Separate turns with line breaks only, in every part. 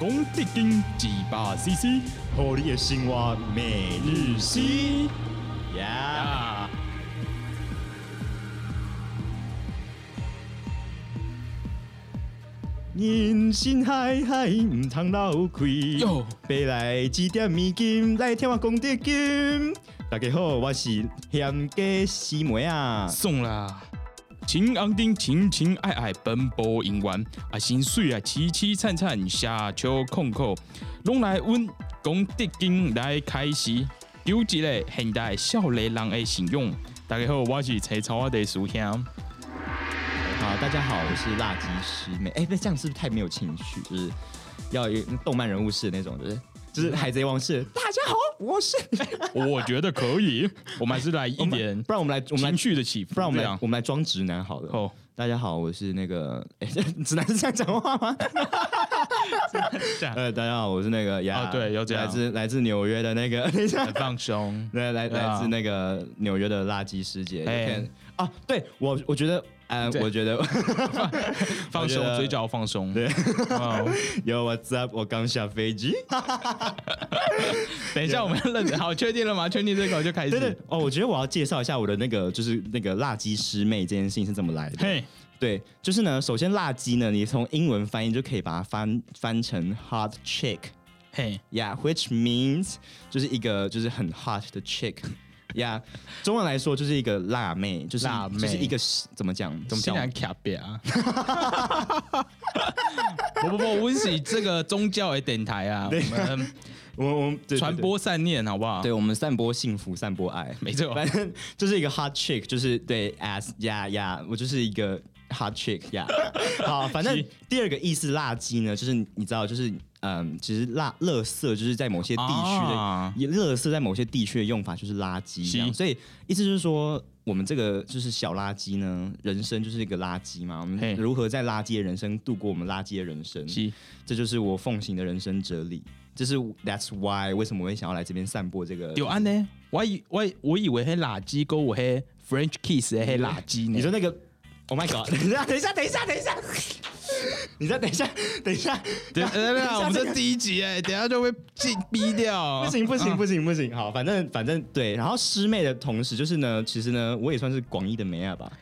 讲德经一百 CC，互你的生活每日新。呀、人生海海，毋通漏开。
哟
白来指点迷津，来听我讲德经。大家好，我是嫌家师妹啊。
送啦！情红丁，情情爱爱，奔波姻缘啊，心水啊，凄凄惨惨，下秋空口，拢来阮讲德经来开始，有一个现代少年人的信用。大家好，我是青草我的师兄。
好，啊大家好，我是辣鸡师妹。哎、那这样是不是太没有情绪？就是要有动漫人物式的那种，就是就是海贼王式。大家好，我是。
我觉得可以，我们还是来 一点
不然我们来，我们
情
来，
绪的起伏，
不然我们
这
来
样，
我们来装直男好了。
好
大家好，我是那个，哎、 直男是这样讲话 吗？
这样
呃，大家好，我是那个呀、
啊对有这样
来自来自纽约的那个， 等一下
很，放松。
来来
对啊
来自那个纽约的垃圾师姐，
哎
也可以啊，对我我觉得，呃，
对
我觉得
放
我觉
松，
得
嘴角放松。对，
有 What's up，我刚下飞机，
等一下我们要认真，好，确定了吗？确定这个我就开始。
对对，哦，我觉得我要介绍一下我的那个就是那个辣鸡师妹这件事情是怎么来的。
嘿，
对，就是呢，首先辣鸡呢，你从英文翻译就可以把它翻翻成 hot chick。
嘿，
Yeah，which means 就是一个就是很 hot 的 chick。Yeah，中 文来说就是一个辣妹，就是
辣妹
就是一个怎么讲？怎么
竟
讲？
然卡别啊！不不不，我们是这个宗教的电台啊，我们
我我我对对对
传播善念好不好？
对，我们散播幸福，散播爱，
没错
反正就是一个 hot chick，就是对 as 呀呀，我就是一个 hot chick 呀、 好，反正
是
第二个意思辣鸡呢，就是你知道，就是嗯，其实辣垃圾就是在某些地区的，
啊
也垃圾在某些地区的用法就是垃圾这样，
是
所以意思就是说。我们这个就是小垃圾呢，人生就是一个垃圾嘛。我
嘿
们如何在垃圾的人生度过我们垃圾的人生？
是
这就是我奉行的人生哲理。这是 That's why 为什么我会想要来这边散播这个
有安呢？我以我以我以为黑垃圾跟我黑 French kiss 的黑垃圾呢？
你说那个，Oh my God！等一 下，等一下，等一下，等一下，你再等一下，等一下，
对对对，我们这第一集 哎，等一下就被禁逼掉。
不行，不行，不行，不行。好，反正反正对。然后师妹的同时，就是呢，其实呢，我也算是广义的梅亚吧，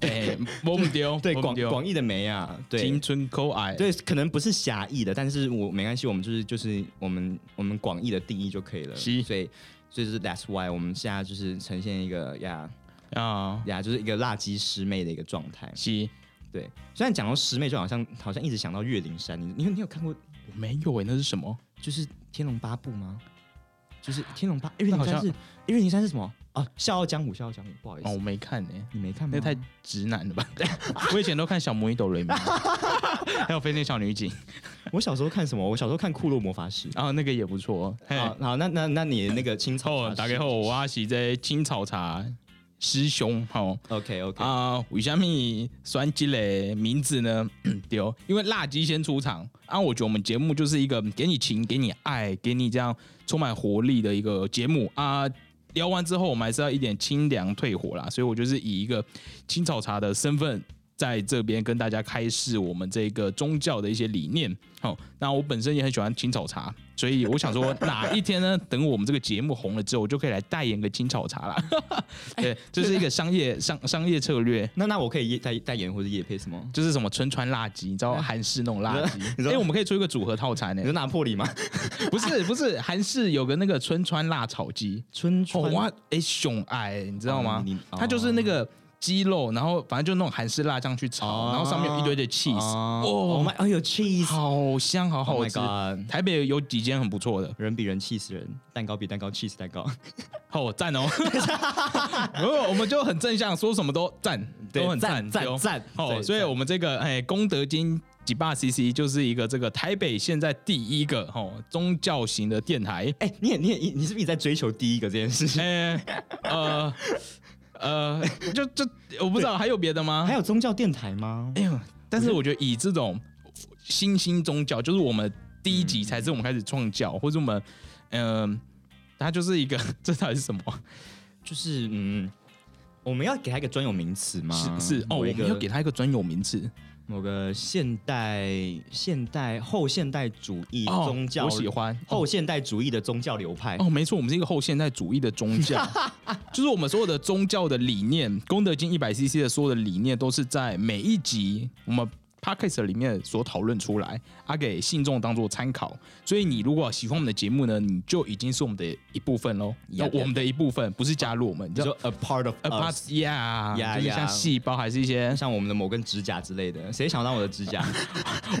哎，摸不丢，
对，
摸
广
不丢
广义的梅亚，对
青。春可爱，
对，可能不是狭义的，但是我没关系，我们就是就是我们我们广义的定义就可以了。所
是
以所以就是 that's why 我们现在就是呈现一个呀
啊，
呀，就是一个辣鸡师妹的一个状态。
是
对，虽然讲到师妹，就好像好像一直想到岳灵珊，你你有你有看过
我没有哎，那是什么？
就是《天龙八部》吗？就是《天龙八》，因为
那
灵
好像
山是，因为灵山是什么啊？《笑傲江湖》，《笑傲江湖》，不好意思，
哦，我没看哎。
你没看吗？
那太直男了吧！我以前都看《小魔女斗雷鸣》， 还有《飞天小女警》，
我小时候看什么？我小时候看《库洛魔法使》
然后那个也不错。嘿，哦
好，好，那那那你那个青草
后
茶
大
室
家好，我是这青草茶师兄吼。
，OK OK，
啊，为什么酸鸡嘞名字呢？ 对哦，因为辣鸡先出场啊。我觉得我们节目就是一个给你情、给你爱、给你这样充满活力的一个节目啊。聊完之后，我们还是要一点清凉退火啦，所以我就是以一个青草茶的身份。在这边跟大家开示我们这个宗教的一些理念。好、那我本身也很喜欢青草茶，所以我想说哪一天呢，等我们这个节目红了之后，我就可以来代言个青草茶啦。 对，这是一个商业商商业策略，
那那我可以业代代言或者夜配什么？
就是什么春川辣鸡，你知道韩式那种辣鸡
你知道你知，道
哎、我们可以出一个组合套餐呢、欸
你说拿破里吗？
不是不是，韩式有个那个春川辣炒鸡，
春
哦
川，
哇，哎熊哎，你知道吗
哦你？
它就是那个鸡肉，然后反正就那种韩式辣酱去炒，然后上面有一堆的 cheese，
哦，Oh my，哎呦，cheese，Oh
好香好好
my
吃。
god，
台北有几间很不错的，
人比人气死人，蛋糕比蛋糕气死蛋糕，
好赞 哦！哦，我们就很正向，说什么都赞，
对
都很赞
赞
对哦
赞赞
哦，
对
所以
赞
我们这个哎功德金几霸 CC 就是一个这个台北现在第一个哦宗教型的电台，
哎，你也你也你你是不是一直在追求第一个这件事情？
哎呃呃，就就我不知道还有别的吗？
还有宗教电台吗？
哎呦，但是我觉得以这种新兴宗教，就是我们第一集才是我们开始创教，或者我们呃 嗯、它就是一个这到底是什么？
就是嗯，我们要给他一个专有名词吗？
是是哦，我
某一
们
个
要给他一个专有名词
某个现代、现代后现代主义
哦
宗教，
我喜欢
后现代主义的宗教流派。
哦，没错，我们是一个后现代主义的宗 教，就是我们所有的宗教的理念，《功德经》一百 CC 的所有的理念，都是在每一集我们 podcast 里面所讨论出来，啊，给信众当做参考。所以你如果喜欢我们的节目呢，你就已经是我们的一部分喽，
Yeah, yeah.
我们的一部分，不是加入我们，你
你
知道
说 a part of
a part
us，
yeah，,
Yeah,
就是像
yeah.
细胞还是一些，
像我们的某根指甲之类的，谁想当我的指甲？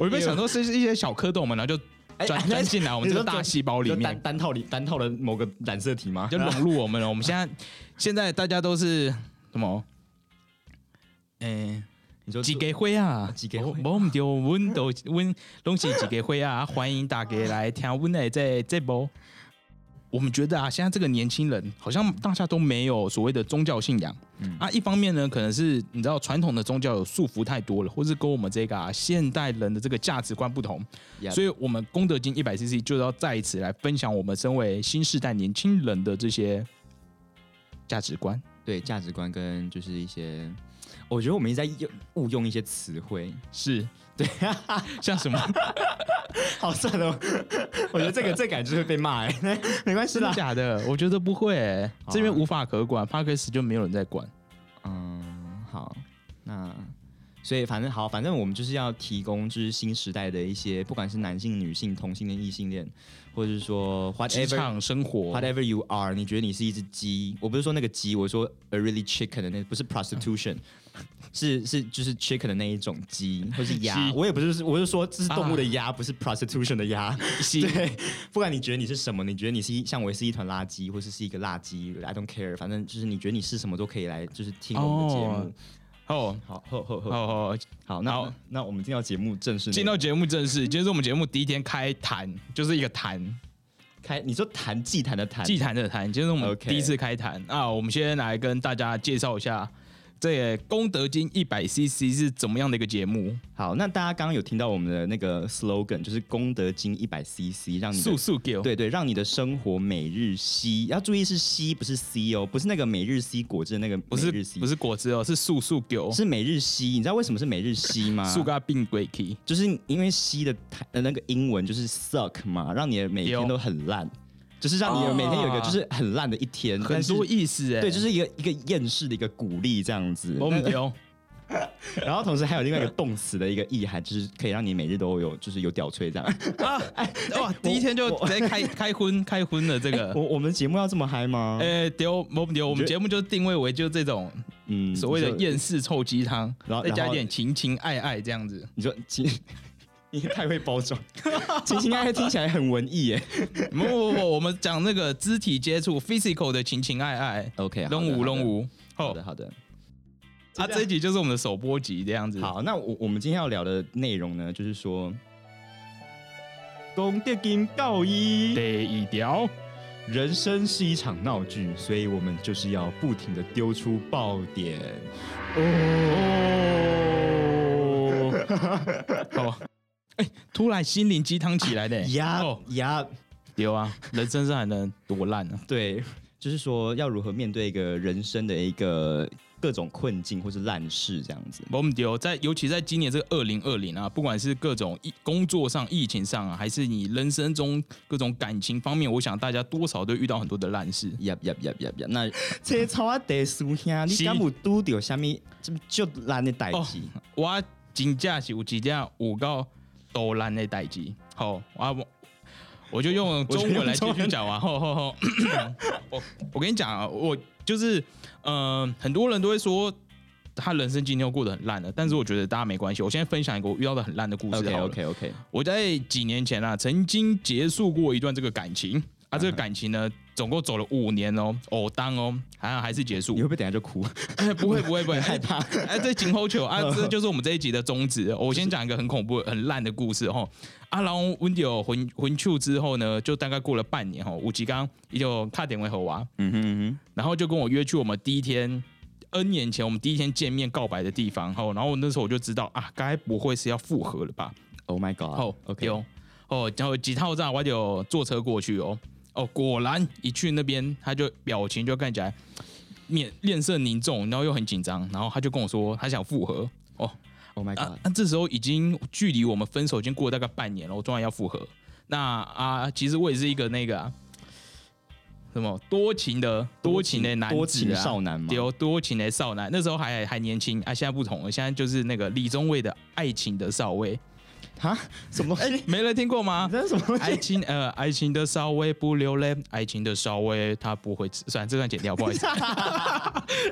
我原本想说是一些小蝌蚪们，然 后就 转
哎
转进来我们这个大细胞里
就
面
单。单套里单套的某个染色体吗？
就融入我们了。我们现在现在大家都是什么？呃诶、
你说
几个会啊？
几个会
无毋对， 阮都阮拢是几个会啊！欢迎大家来听阮的这这波。我们觉得啊，现在这个年轻人好像大家都没有所谓的宗教信仰、啊。一方面呢，可能是你知道传统的宗教有束缚太多了，或是跟我们这个、啊、现代人的这个价值观不同。
Yeah
所以，我们功德经一百 CC 就要再一次来分享我们身为新时代年轻人的这些价值观。
对价值观跟就是一些，我觉得我们一直在用误用一些 词汇。
是对，像什么？
好，算了， 我觉得这个这感觉就会被骂哎、 没关系
真的
啦。
假的？我觉得不会、欸，
好啊
这边无法可管 p a r k e s 就没有人在管。
嗯，好，那所以反正好，反正我们就是要提供就是新时代的一些，不管是男性、女性、同性恋、异性恋，或者是说
职
whatever
场生活
whatever you are，你觉得你是一只鸡？我不是说那个鸡，我说 a really chicken 的那不是 prostitution，、是是就是 chicken 的那一种鸡，或是鸭。
鸡啊
我也不是，我是说这是动物的鸭，不是 prostitution 的 鸭。
是
对，不管你觉得你是什么，你觉得你是一像我是一团垃圾，或是是一个垃圾，I don't care，反正就是你觉得你是什么都可以来，就是听我们的节目。
哦哦
好，好，好，
哦
好，
哦，
好，那
好
那那我们进到节目正式内
进
容，
到节目正式，今天是我们节目第一天开坛，就是一个坛
开，你说谈祭坛的谈，
祭坛的坛，今天是我们
OK
第一次开坛啊。我们先来跟大家介绍一下这《功德经》一百 CC 是怎么样的一个节目，
好，那大家刚刚有听到我们的那个 slogan，就是功德经一百 CC，让你的
速速给我
对对，让你的生活每日吸，要注意是吸，不是 C 哦，不是那个每日 C 果汁的那个
不
每
是
日 C，
不是果汁哦，是速速给我
是啊每日吸。你知道为什么是每日 吸吗？
速嘎并鬼 key。
就是因为吸的台呃那个英文就是 suck 嘛，让你的每
有啊
天都很烂，就是让你的每天有一个就是很烂的一天，
很
但是
多意思哎，
对，就是一个一个厌世的一个鼓励这样子。
我们 丢
然后同时还有另外一个动词的一个意涵，就是可以让你每日都有就是有屌吹这样。哎
啊！哇，第一天就
我
直接开开荤开荤了这 个
我。我们节目要这么嗨吗？
呃，丢我们丢，我们节目就定位为就这种
嗯
所谓的
你说
厌世臭鸡汤
然，后
再加
然
一
后
点情情爱爱这样子。
你说情， 你太会包装，情情爱爱听起来很文艺耶。
不不不，我们讲那个肢体接触 physical 的情情爱爱，
OK，好的
龙舞龙，舞。
好
哦，
的好的
啊，这一集就是我们的首播集这样子。
好的。，好，那我我们今天要聊的内容呢，就是说，功德经告一，
第一条，
人生是一场闹剧，所以我们就是要不停的丢出爆点。
哦，哦，哎，突然心灵鸡汤起来的，
呀
哦
呀，
有啊，人生是还能多烂啊？
对，就是说要如何面对一个人生的一个各种困境或是烂事这样子。
我们丢在，尤其在今年这个二零二零啊，不管是各种疫工作上、疫情上啊，还是你人生中各种感情方面，我想大家多少都遇到很多的烂事。
呀呀呀呀呀！那这草啊，地叔兄，你
是
敢有拄到什么这么就烂的代志？
我真正是有几件有到都烂的代志。好，我我我就用中文来继续讲啊完。吼吼吼！ 我我跟你讲啊，我就是呃，很多人都会说。他人生今天过得很烂了，但是我觉得大家没关系。我现在分享一个我遇到的很烂的故事
OK
好了
OK OK，
我在几年前啊，曾经结束过一段这个感情啊，这个感情呢，总共走了五年哦，偶当哦，还还是结束
你会，不会等一下就哭？
哎， 不 会不会不会，
害怕？
哎，这紧后球 啊，这就是我们这一集的宗旨。我先讲一个很恐怖、很烂的故事哈。啊，然后温迪尔回回去之后呢，就大概过了半年哈，吴吉刚也就差点回和娃，
嗯哼嗯
然后就跟我约去我们第一天 N 年前我们第一天见面告白的地方哈。然后那时候我就知道啊，该不会是要复合了吧？
哼，Oh my God！
哦
OK，
有哦，然后几套站我就坐车过去哦，哦，果然一去那边他就表情就看起来面面色凝重，然后又很紧张，然后他就跟我说他想复合哦，
Oh my
啊
god！，
那这时候已经距离我们分手已经过了大概半年了，我终于要复合。那啊，其实我也是一个那个、啊、什么多情的多情的男子、啊，
多情少男嘛，
丢多情的少男，那时候还还年轻啊，现在不同了，现在就是那个李宗伟的《爱情的少尉》，
哈，什么东西？
没人听过吗
你？这是什么东
爱
西？
情呃，爱情的稍微不流泪，爱情的稍微他不会吃，算了这段剪掉，不好意 思。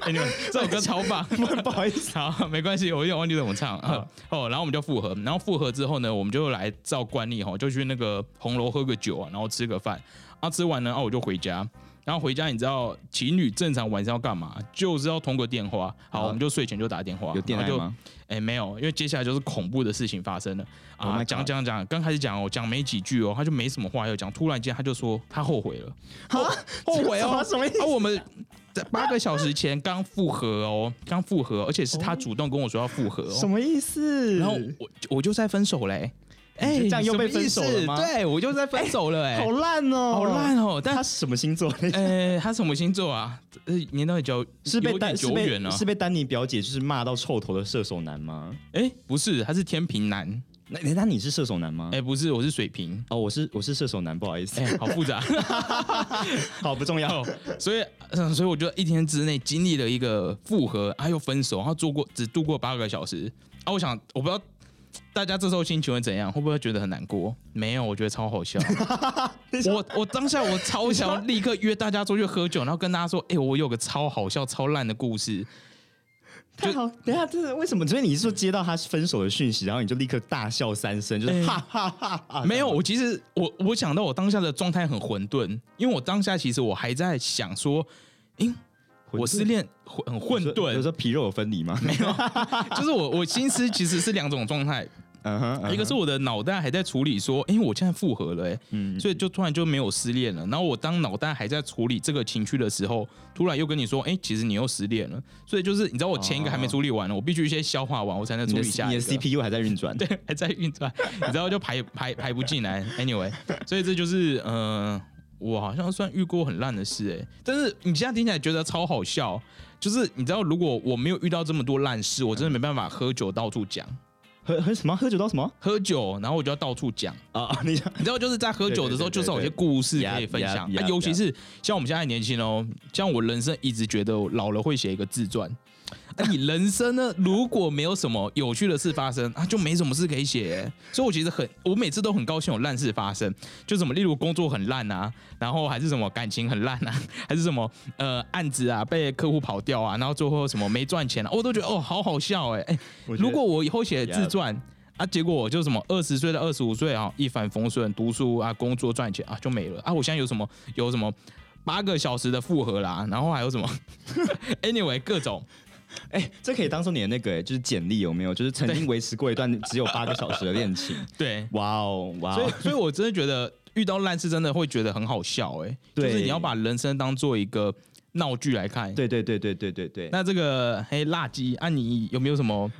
anyway，这首歌超棒，
不好意思，
好，没关系，我有点忘记怎么唱
好
哦。然后我们就复合，然后复合之后呢，我们就来照惯例哦哈，就去那个红楼喝个酒啊，然后吃个饭。啊，吃完呢，啊我就回家。然后回家，你知道情侣正常晚上要干嘛？就是要通过电话。好，
好
我们就睡前就打电话，
有电
然
爱
后就
吗？
哎、没有，因为接下来就是恐怖的事情发生了
Oh my
啊！
God
讲讲讲，刚开始讲哦，讲没几句哦，他就没什么话要讲，突然间他就说他后悔了，后后悔哦，
啊什么意思
啊，我们在八个小时前刚复合哦，刚复合，而且是他主动跟我说要复合
什
哦，
么意思？
然后我我就在分手嘞、哎、
你这样又
什么
被分手
意思
了吗
对，我就在分手了、哎、
好烂哦，
好烂哦，但
他是什么星座？
呃，他什么星座啊？呃，年代久
是被
有点
丹是
久远啊
被
了、
是被丹尼表姐就是骂到臭头的射手男吗？
哎、不是，他是天平男，
那那你是射手男吗
哎、？不是，我是水瓶，
哦，我是我是射手男，不好意思
哎、，好复杂。
好不重要。
所以，嗯所以我就一天之内经历了一个复合，啊，又分手，然后做过只度过八个小时啊。我想，我不知道大家这时候心情会怎样，会不会觉得很难过？没有，我觉得超好 笑。我我当下我超想立刻约大家出去喝酒，然后跟大家说，哎、我有个超好笑、超烂的故事。
太好，等一下这是为什么？所以你是说接到他分手的讯息，然后你就立刻大笑三声，就是
哎
哈哈哈哈。
没有，我其实我我想到我当下的状态很混沌，因为我当下其实我还在想说，诶、
混沌
我失恋混很混沌
有，时候皮肉有分离吗？没有，
就是我我心思其实是两种状态，
嗯哼，嗯哼
一个是我的脑袋还在处理说，哎、我现在复合了、诶
嗯
所以就突然就没有失恋了。然后我当脑袋还在处理这个情绪的时候，突然又跟你说，哎、其实你又失恋了。所以就是你知道我前一个还没处理完了，我必须先消化完，我才能处
你的
理下
你
一
的
个。
CPU 还在运转，对，
还在运转，你知道就排排排不进来。Anyway，所以这就是呃，我好像算遇过很烂的事哎、但是你现在听起来觉得超好笑，就是你知道，如果我没有遇到这么多烂事，我真的没办法喝酒到处讲。
喝喝什么？喝酒到什么？
喝酒，然后我就要到处讲，
啊，你想
你知道，就是在喝酒的时候，
对对对对
就是有些故事可以分享，
呀呀
啊
呀
尤其是像我们现在年轻哦，像我人生一直觉得我老了会写一个自传，啊，你人生呢，如果没有什么有趣的事发生啊，就没什么事可以写耶，所以我其实很，我每次都很高兴有烂事发生，就什么，例如工作很烂啊，然后还是什么感情很烂啊，还是什么呃案子啊被客户跑掉啊，然后最后什么没赚钱啊，我都觉得哦好好笑哎、哎、
我觉得
如果我以后写自传。啊，结果我就什么二十岁到二十五岁啊，一帆风顺，读书啊，工作赚钱啊，就没了啊。我现在有什么有什么八个小时的复合啦，然后还有什么 ，anyway 各种
哎、这可以当做你的那个、哎就是简历有没有？就是曾经维持过一段只有八个小时的恋情。
对，
哇哦，哇
所以
哦！
所以我真的觉得遇到烂事真的会觉得很好笑哎、就
对
是你要把人生当做一个闹剧来看。，
对对对对对对对。
那这个黑辣鸡啊，你有没有什么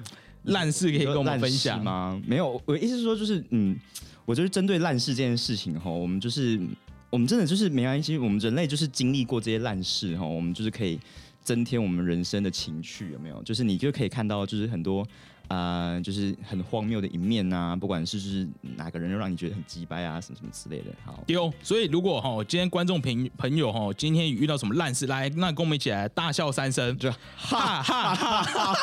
烂事可以跟我们分享
有烂事？吗？没有，我的意思是说，就是嗯，我就是针对烂事这件事情哈，我们就是嗯我们真的就是没关系，我们人类就是经历过这些烂事哈，我们就是可以增添我们人生的情趣，有没有？就是你就可以看到，就是很多。啊，就是很荒谬的一面呐、不管是就是哪个人又让你觉得很鸡掰啊，什么什么之类的。好，
丢，所以如果哈，今天观众朋朋友哈，今天遇到什么烂事，来，那跟我们一起来大笑三声，就哈哈哈哈。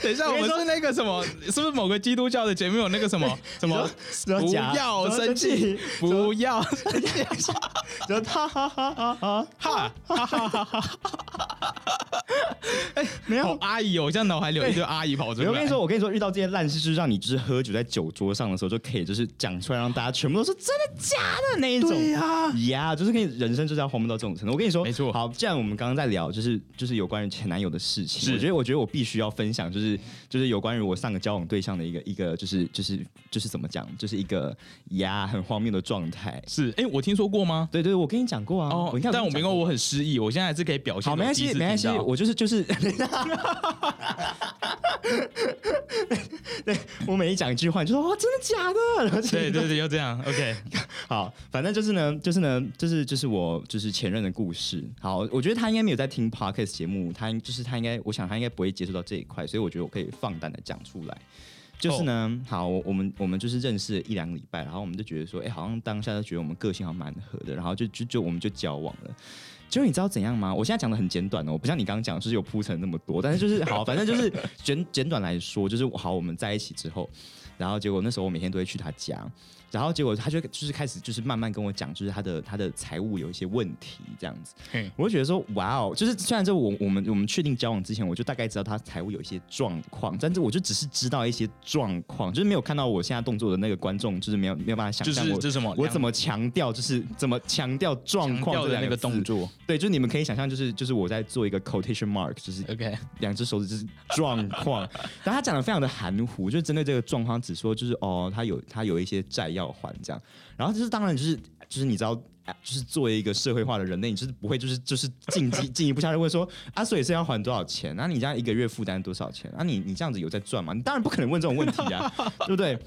等一下，我们是那个什么，是不是某个基督教的节目有那个什么什 么？不要生气，不要生气，
就哈哈哈哈哈，
哈哈哈哈哈！
没
好
有。
阿姨哦，我现在脑海里有一堆阿姨跑出
没
来。
哎有我跟你说，，我跟你说，遇到这些烂事，就是让你就是喝酒在酒桌上的时候就可以，就是讲出来，让大家全部都是真的假的那一种。
对呀，
呀就是跟你人生就是要荒谬到这种程度。我跟你说，
没错
好，既然我们刚刚在聊，就是就是有关于前男友的事
是
情，我觉得我觉得我必须要分享，就是就是有关于我上个交往对象的一个一个就是就是就是怎么讲，就是一个呀很荒谬的状态。
是哎，我听说过吗？
对对，我跟你讲过啊，
哦
应该，有
但
跟
我
你
没
讲
跟我很失忆，我现在还是可以表现。
好，没关系，没关系，我就是 就是， 对我每一讲一句话，你就说哇，真的假的？然后就
对对对，就这样。OK，
好，反正就是呢，就是呢，就是就是我就是前任的故事。好，我觉得他应该没有在听 podcast 节目，他就是他应该，我想他应该不会接触到这一块，所以我觉得我可以放胆的讲出来。就是呢，好，我我们我们就是认识了一两个礼拜，然后我们就觉得说，哎、好像当下就觉得我们个性好像蛮合的，然后就就就我们就交往了。结果你知道怎样吗？我现在讲的很简短哦，我不像你刚刚讲就是有铺陈那么多，但是就是好，反正就是简简短来说，就是好，我们在一起之后，然后结果那时候我每天都会去他家，然后结果他就就是开始就是慢慢跟我讲，就是他的他的财务有一些问题这样子
嗯，
我就觉得说哇哦，就是虽然这我我们我们确定交往之前，我就大概知道他财务有一些状况，但是我就只是知道一些状况，就是没有看到我现在动作的那个观众，就是没有没有办法想
就是
象我。
这是什么？
我怎么强调，就是怎么强调状
强
况
调
这
的
两
那个
个
动
字
作
对，就是你们可以想象，就是就是我在做一个 quotation mark，就是
？OK，
两只手指就是状况。然后他讲的非常的含糊，就是针对这个状况只说就是哦，他有他有一些债要还这样。然后就是当然就是就是你知道。啊就是作为一个社会化的人类，你就是不会就是就是进进进一步下去问说啊，所以是要还多少钱？那、你这样一个月负担多少钱？啊你你这样子有在赚吗？你当然不可能问这种问题啊，对不对？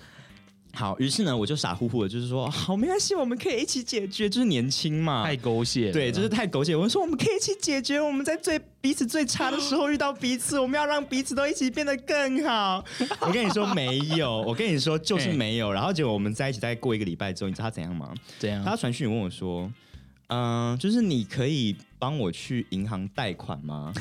好，于是呢，我就傻乎乎的，就是说好，没关系，我们可以一起解决，就是年轻嘛，
太狗血了。
啊对，就是太狗血。我说我们可以一起解决，我们在最彼此最差的时候遇到彼此，我们要让彼此都一起变得更好。我跟你说没有，我跟你说就是没有。然后结果我们在一起再过一个礼拜之后，你知道他怎样吗？
怎样？
他传讯问我说：“嗯、就是你可以帮我去银行贷款吗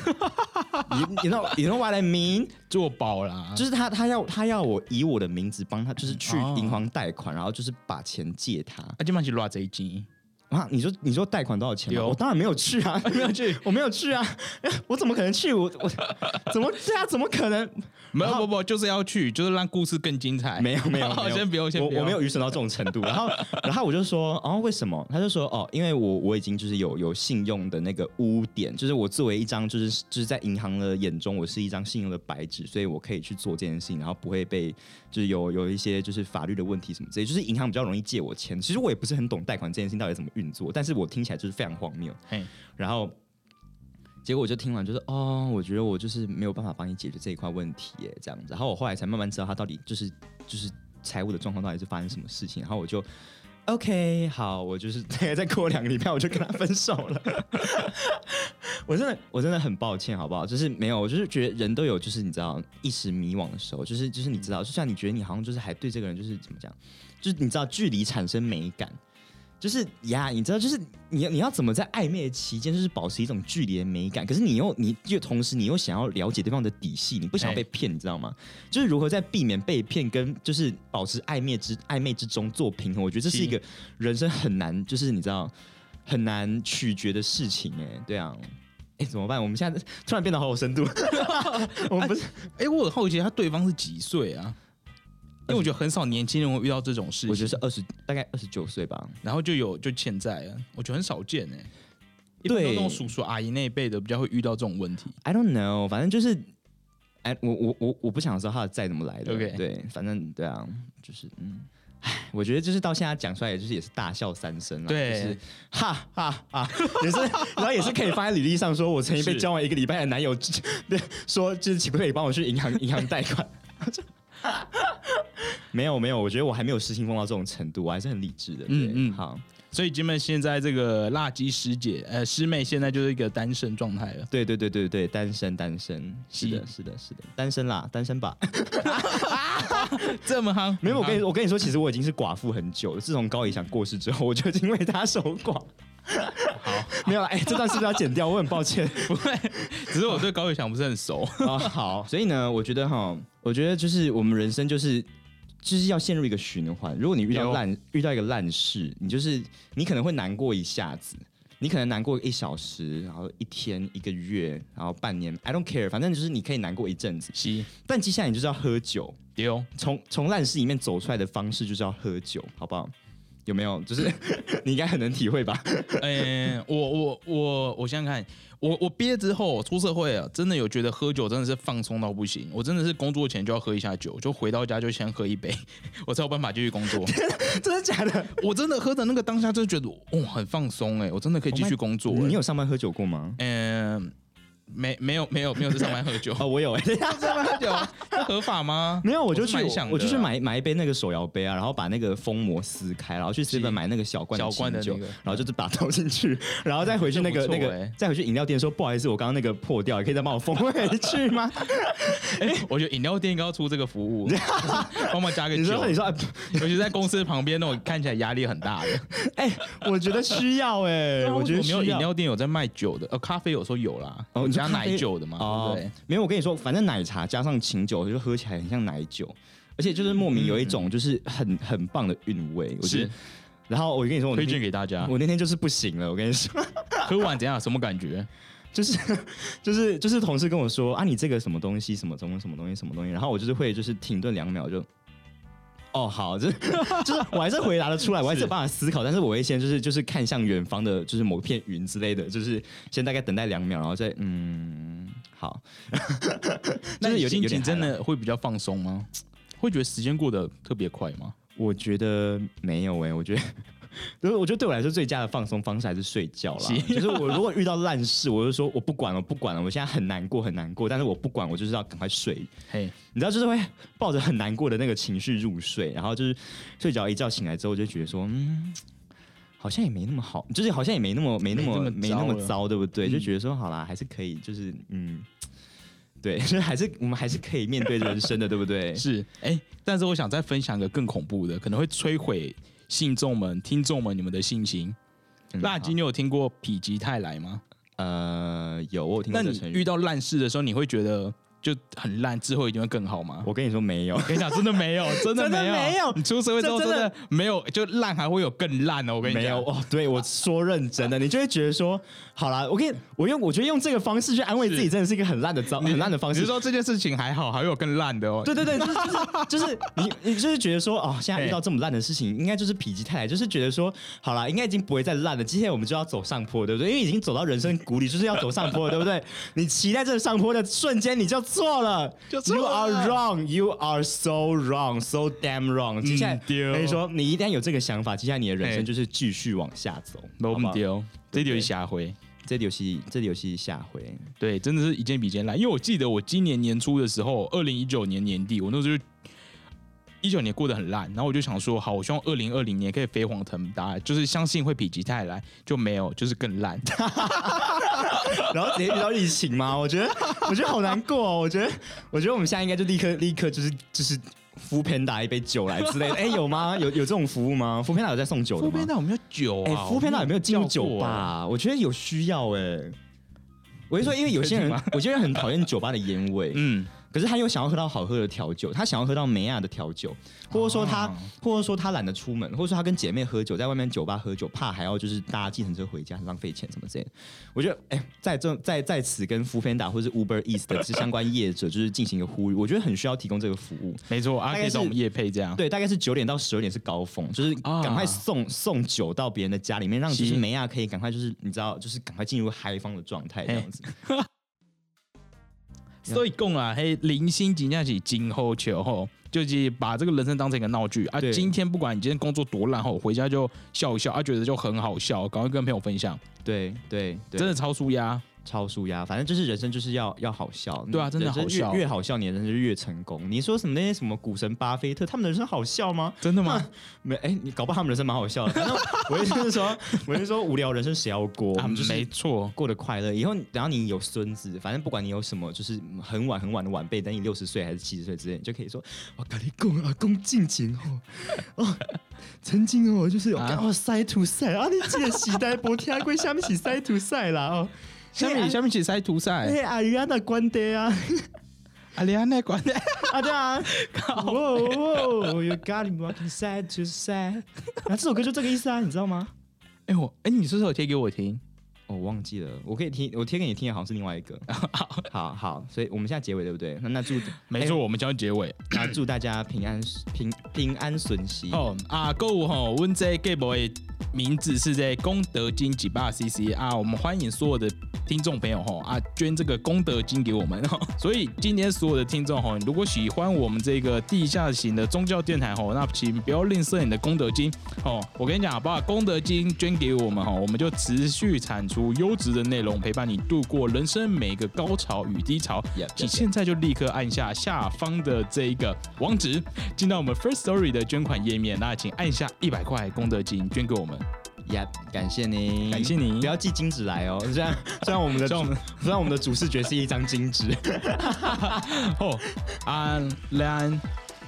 ？”You you know you know what I mean？
做保啦，
就是他他要他要我以我的名字帮他，就是去
哦
银行贷款，然后就是把钱借他。
啊，基本上是拉贼机，
啊，你说你说贷款多少钱吗？
有
我当然没有去啊，
没有去，
我没有去啊，我怎么可能去？我我怎么对啊？怎么可能？
没有不不，就是要去，就是让故事更精彩。
没有没有
哎好
没有
先不用，先
我
不用，
我没有愚蠢到这种程度。然后然后我就说，哦，为什么？他就说，哦，因为我我已经就是有有信用的那个污点，就是我作为一张就是就是在银行的眼中，我是一张信用的白纸，所以我可以去做这件事情，然后不会被就是有有一些就是法律的问题什么之类，就是银行比较容易借我钱。其实我也不是很懂贷款这件事情到底怎么运作，但是我听起来就是非常荒谬。
嘿。
然后结果我就听完，就是哦，我觉得我就是没有办法帮你解决这一块问题耶，这样子。然后我后来才慢慢知道他到底就是就是财务的状况到底是发生什么事情，然后我就。OK，好，我就是再过两个礼拜我就跟他分手了。 我真的，我真的很抱歉，好不好？就是没有，我就是觉得人都有，就是你知道一时迷惘的时候，就是就是你知道，就像你觉得你好像就是还对这个人就是怎么讲，就是你知道距离产生美感，就是呀你知道，就是你你要怎么在暧昧的期间，就是保持一种距离的美感，可是你又你又同时你又想要了解对方的底细，你不想要被骗，你知道吗？就是如何在避免被骗跟就是保持暧昧之暧昧之中做平衡，我觉得这是一个人生很难，就是你知道很难取决的事情、哎，对啊。哎、怎么办？我们现在突然变得好有深 度。我们不是，
哎、我很好奇，他对方是几岁啊？因为我觉得很少年轻人会遇到这种事情，
我觉得是二十，大概二十九岁吧。
然后就有就欠债啊，我觉得很少见哎、一般
对
都那种叔叔阿姨那一辈的比较会遇到这种问题。
I don't know，反正就是，哎，我我我我不想知道他的债怎么来的。
OK
对，反正对啊，就是嗯，唉，我觉得就是到现在讲出来，也就是也是大笑三声啦。啊
对
就是哈哈哈，也是，然后也是可以放在履历上，说我曾经被
是
交往一个礼拜的男友，对，说就是请不可以帮我去银行银行贷款。 没有没有，我觉得我还没有失心疯到这种程度，我还是很理智的。
嗯
嗯
嗯
嗯，好，
所以基本现在这个辣鸡师姐呃师妹现在就是一个单身状态 了。
对对对对对，单身单身，是的
是
是的是的，单身啦，单身吧。
这么夯？
没有，我跟你
说，
我跟你说，其实我已经是寡妇很久了。自从高以翔过世之后，我就已经为他守寡。
好，
没有啦，哎、这段是不是要剪掉？我很抱 歉
不会，只是我对高伟翔不是很 熟。
啊、好，所以呢，我觉得哈，我觉得就是我们人生就是就是要陷入一个循环。如果你遇
有
到烂遇到一个烂事，你就是你可能会难过一下子，你可能难过一小时，然后一天、一个月，然后半年，I don't care，反正就是你可以难过一阵子。
西
但接下来你就是要喝酒，
丢，
从从烂事里面走出来的方式就是要喝酒，好不好？有没有？就是 你应该很能体会吧？
嗯、我我我我想想看，我我毕业之后出社会啊，真的有觉得喝酒真的是放松到不行。我真的是工作前就要喝一下酒，就回到家就先喝一杯， 我才有办法继续工 作。
真的假的？
我真的喝的那个当下，就觉得哦很放松哎、我真的可以继续工作、欸。
你有上班喝酒过吗？
嗯、没没有没有没有在上班喝 酒，
哦，我有哎、
上班喝酒 这合法吗？
没有，我
我
就是去
蛮想的
我就去
啦
买买一杯那个手摇杯啊，然后把那个封膜撕开，然后去 seven 买那个小罐
小罐的
清酒，
那个
然后就是把它投进去， 然后再回去那个、
这不
那
错
个
欸，
再回去饮料店说不好意思，我刚刚那个破掉，可以再帮我封回去吗？
哎我觉得饮料店应该要出这个服 务，帮忙加个
你
酒
说，你说，哎
尤其在公司旁边那种看起来压力很大的。
哎、我觉得需要哎、我觉得
没
需
有
要
饮料店有在卖酒的，呃，咖啡有时候有啦，
哦
有
你说
加
咖啡
奶酒的嘛，
哦
啊对不对？
没有，我跟你说，反正奶茶加上清酒，就喝起来很像奶酒，而且就是莫名有一种就是很很棒的韵味，我觉
嗯
得
是。
然后哦我跟你说，我那
推荐
天
给大家。
我那天就是不行了，我跟你说。
喝完怎样？什么感觉？
就是就是就是同事跟我说啊，你这个什么东西，什么东西，什么东西，什么东西，然后我就是会就是停顿两秒就。哦，好，就是 就是，我还是回答 的出来，我还是有办法思考，但是我会先就是就是看向远方的，就是某片云之类的，就是先大概等待两秒，然后再嗯，好，
那
就是
你
有点
心
有点
情真
嗨啦，
的会比较放松吗？啊会觉得时间过得特别快吗？
我觉得没有哎、我觉得，就是我觉得 对我来说最佳的放松方式还是睡觉啦。
是
就是我如果遇到烂事，我就说我不管了，我不管了，我现在很难过很难过，但是我不管，我就是要赶快睡，
嘿，
你知道，就是会抱着很难过的那个情绪入睡，然后就是睡着一觉醒来之后，就觉得说，嗯，好像也没那么好，就是好像也没那么没那么
没
没
那么糟
那
了
么糟，对不对？
嗯
就觉得说，好啦，还是可以，就是嗯，对， 就是还是我们还是可以面对人生的，对不对？
是，哎、但是我想再分享一个更恐怖的，可能会摧毁信众们、听众们你们的信心。
嗯
辣鸡，你有听过否极泰来吗？
好呃，有我有听
那
过这
你
成
遇
语，
到烂事的时候，你会觉得就很烂，之后一定会更好吗？
我跟你说没有
我，跟你讲，真的 没有，真的
真的
没有，
没有
你出社会之后
这
真
真的
的没有，就烂还会有更烂 的。我跟你
没
讲，
有哦，对我说认真的，你就会觉得说，好啦，我跟你，我用我觉得用这个方式去安慰自己，真的是一个很烂的招，很烂的方
你
式
是。说这件事情还好，还会有更烂的哦？
对对对，就是就是就是你你就是觉得说哦，现在遇到这么烂的事情，应该就是否极泰来，就是觉得说好了，应该已经不会再烂了。今天我们就要走上坡，对不对？因为已经走到人生谷底，就是要走上坡，对不对？你期待这个上坡的瞬间，你就错了。
就错
You
了
are wrong. You are so wrong. So damn wrong. 接下来，
对
我跟你说，你一旦有这个想法，接下来你的人
嘿
生就是继续往下走，
都
好不
不
好？
丢，这就是下回。
这里有戏，这里有戏，下回。
对，真的是一件比一件烂。因为我记得我今年年初的时候，二零一九年年底，我那时候就一九年过得很烂，然后我就想说，好，我希望二零二零年可以飞黄腾达，就是相信会否极泰来，就没有，就是更烂。
然后直接遇到疫情吗？我觉得，我觉得好难过哦。我觉得，我觉得我们现在应该就立刻立刻就是就是扶贫打一杯酒来之类的。哎，有吗？有有这种服务吗？扶贫打有在送酒的
福片
吗？
达我们要酒
哎
啊，，
扶贫打有没有进入
叫
酒
过
吧
啊？
啊？我觉得有需要哎。我就说，因为有些
你确定
人
吗，
有些人很讨厌酒吧的烟味，
嗯，
可是他又想要喝到好喝的调酒，他想要喝到梅亚的调酒，或者说他，
哦
或者说他懒得出门，或者说他跟姐妹喝酒，在外面酒吧喝酒，怕还要就是搭计程车回家，很浪费钱什么之类的。我觉得，哎、在这在在此跟 f o o Panda 或是 Uber Eats 的相关业者，就是进行一个呼吁，我觉得很需要提供这个服务。
没错，啊，
大
可以
概是
找我们叶配这样。
对，大概是九点到十二点是高峰，就是
啊
赶快送、送酒到别人的家里面，让就是是梅亚可以赶快就是你知道，就是赶快进入嗨方的状态这样子。
所以讲啊，嘿，零星真正是今后球后，就是把这个人生当成一个闹剧啊。
对
今天不管你今天工作多烂后，回家就笑一笑，啊，觉得就很好笑，赶快跟朋友分享，
对对对，
真的超舒压。
超舒压，反正就是人生就是要要好笑，
对啊真的
人生
好笑
越越好笑，你的人生就越成功。你说什么那些什么股神巴菲特，他们的人生好笑吗？
真的吗？
没，哎、你搞不好他们人生蛮好笑的。 反正我意思是说，我意思是说无聊人生谁要 过？我
啊，
们就是
没错，
过得快乐。以后然后你有孙子，反正不管你有什么，就是很晚很晚的晚辈，等你六十岁还是七十岁之类，你就可以 说：我哦跟你讲，阿公敬情 哦，哦，曾经哦，就是有
啊
干哦塞土塞啊，你记得时 代波听过下面是塞土塞啦哦。
下
嘿
面
啊
下面写塞图赛，
哎，阿于安的关爹 啊，
阿里安奈管的，
啊对啊，哦哦，You got me walking side to side，啊这首歌就这个意思啊，你知道吗？
哎我哎，你是不是有贴给我听？
哦，我忘记了，我可以听，我贴给你听，好像是另外一个。 好好，所以我们现在结尾对不对？那那祝哎
没错，我们将结尾
那祝大家平安平平安顺息。
哦啊，购物吼，温这 gay boy 名字是在功德金几巴 cc 啊，我们欢迎所有的听众朋友吼啊，捐这个功德金给我们哦。 所以今天所有的听众哈，如果喜欢我们这个地下型的宗教电台哈，那请不要吝啬你的功德金哦。我跟你讲，把功德金捐给我们哈，我们就持续产出优质的内容，陪伴你度过人生每个高潮与低潮。
Yep, yep,
请现在就立刻按下下方的这一个网址，进到我们 First Story 的捐款页面。那请按下一百块功德金捐给我们。
呀、感谢您，
感谢您
嗯不要寄金纸来哦，虽然虽然我们的
虽 然我们
虽然我们的主视觉是一张金纸。
哦，安兰，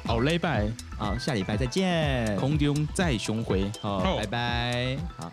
奥雷拜，
好，下礼拜再见，
空中再相会。
好，
好
拜拜，好，